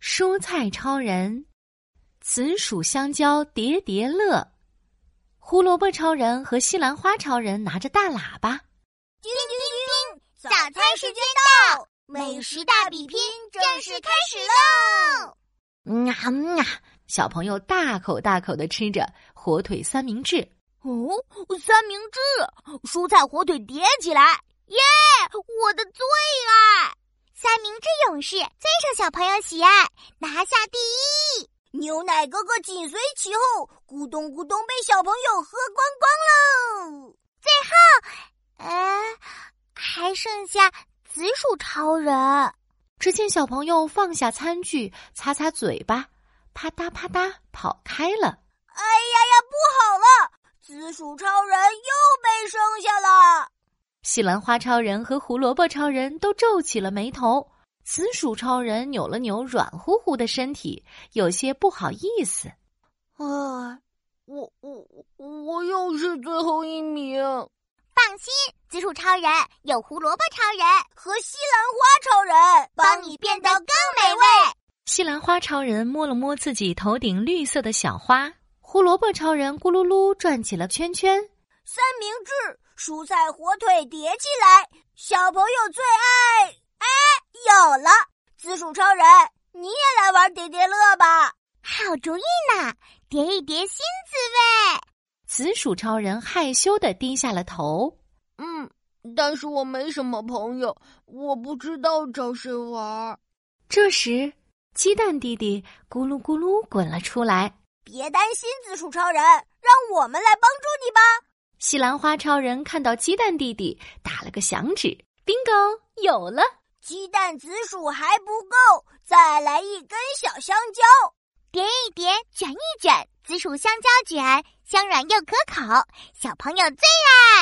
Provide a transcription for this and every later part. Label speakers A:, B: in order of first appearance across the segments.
A: 蔬菜超人，紫薯香蕉叠叠乐，胡萝卜超人和西兰花超人拿着大喇叭。
B: 叮叮叮！早餐时间到，美食大比拼正式开始喽！
A: 嗯啊嗯啊！小朋友大口大口的吃着火腿三明治。
C: 哦，三明治，蔬菜火腿叠起来，耶！我的最爱。
B: 三明治勇士最受小朋友喜爱，拿下第一。
D: 牛奶哥哥紧随其后，咕咚咕咚被小朋友喝光光喽。
B: 最后，呃，还剩下紫薯超人。
A: 只见小朋友放下餐具，擦擦嘴巴，啪嗒啪嗒跑开了。
D: 哎呀呀，不好了！紫薯超人又被剩下了。
A: 西兰花超人和胡萝卜超人都皱起了眉头，紫薯超人扭了扭软乎乎的身体，有些不好意思。
C: 唉，我我我又是最后一名。
B: 放心，紫薯超人有胡萝卜超人
D: 和西兰花超人，
B: 帮你变得更美味。
A: 西兰花超人摸了摸自己头顶绿色的小花，胡萝卜超人咕噜噜转起了圈圈。
D: 三明治。蔬菜火腿叠起来，小朋友最爱。哎，有了！紫薯超人，你也来玩叠叠乐吧！
B: 好主意呢，叠一叠新滋味。
A: 紫薯超人害羞的低下了头。
C: 嗯，但是我没什么朋友，我不知道找谁玩。
A: 这时，鸡蛋弟弟咕噜咕噜滚了出来。
D: 别担心，紫薯超人，让我们来帮助你吧。
A: 西兰花超人看到鸡蛋弟弟，打了个响指，bingo，有了！
D: 鸡蛋紫薯还不够，再来一根小香蕉，
B: 叠一叠，卷一卷，紫薯香蕉卷，香软又可口，小朋友最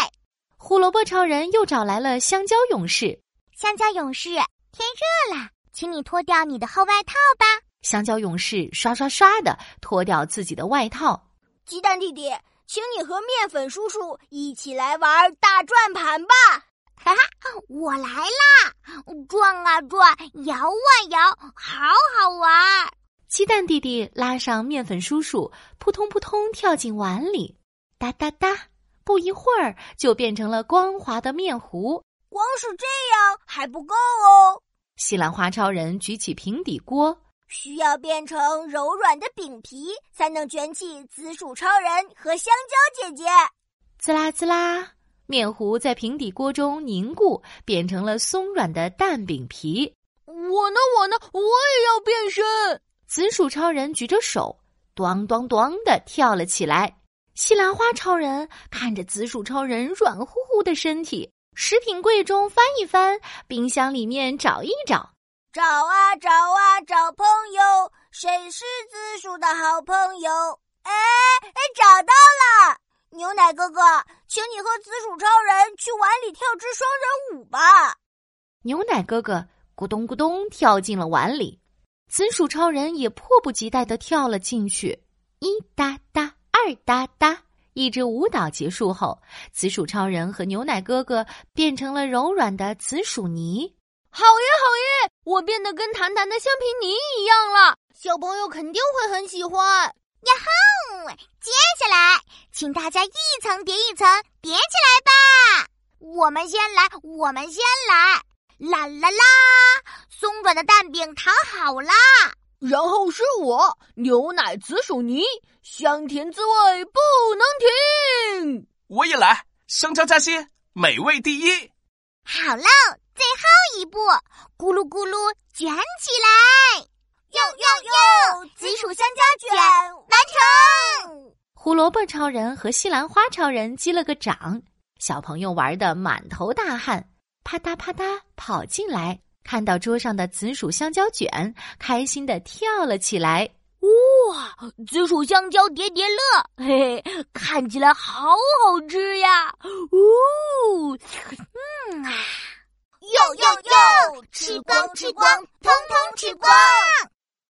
B: 爱。
A: 胡萝卜超人又找来了香蕉勇士。
B: 香蕉勇士，天热了，请你脱掉你的厚外套吧。
A: 香蕉勇士刷刷刷的脱掉自己的外套。
D: 鸡蛋弟弟。请你和面粉叔叔一起来玩大转盘吧！
B: 哈哈，我来啦！转啊转，摇啊摇，好好玩！
A: 鸡蛋弟弟拉上面粉叔叔，扑通扑通跳进碗里，哒哒哒，不一会儿就变成了光滑的面糊。
D: 光是这样还不够哦！
A: 西兰花超人举起平底锅。
D: 需要变成柔软的饼皮，才能卷起紫薯超人和香蕉姐姐。
A: 滋啦滋啦，面糊在平底锅中凝固，变成了松软的蛋饼皮。
C: 我呢，我呢，我也要变身！
A: 紫薯超人举着手，咚咚咚的跳了起来。西兰花超人看着紫薯超人软乎乎的身体，食品柜中翻一翻，冰箱里面找一找。
D: 找啊找啊找朋友，谁是紫薯的好朋友？哎哎，找到了！牛奶哥哥，请你和紫薯超人去碗里跳支双人舞吧。
A: 牛奶哥哥咕咚咕咚跳进了碗里，紫薯超人也迫不及待的跳了进去。一哒哒，二哒哒，一支舞蹈结束后，紫薯超人和牛奶哥哥变成了柔软的紫薯泥。
C: 好耶，好耶！我变得跟弹弹的橡皮泥一样了，小朋友肯定会很喜欢。
B: 呀吼！接下来，请大家一层叠一层叠起来吧。我们先来，我们先来，啦啦啦！松软的蛋饼躺好啦。
C: 然后是我，牛奶紫薯泥，香甜滋味不能停。
E: 我也来，香蕉夹心，美味第一。
B: 好喽，最后一步，咕噜咕噜卷起来！
D: 哟哟哟，
B: 紫薯香蕉卷完成！
A: 胡萝卜超人和西兰花超人击了个掌，小朋友玩的满头大汗，啪嗒啪嗒跑进来，看到桌上的紫薯香蕉卷，开心的跳了起来。
C: 哇，紫薯香蕉叠叠乐，嘿嘿，看起来好好吃呀！
B: 呜、哦，嗯啊，
D: 哟哟哟，
B: 吃光吃光，通通吃光。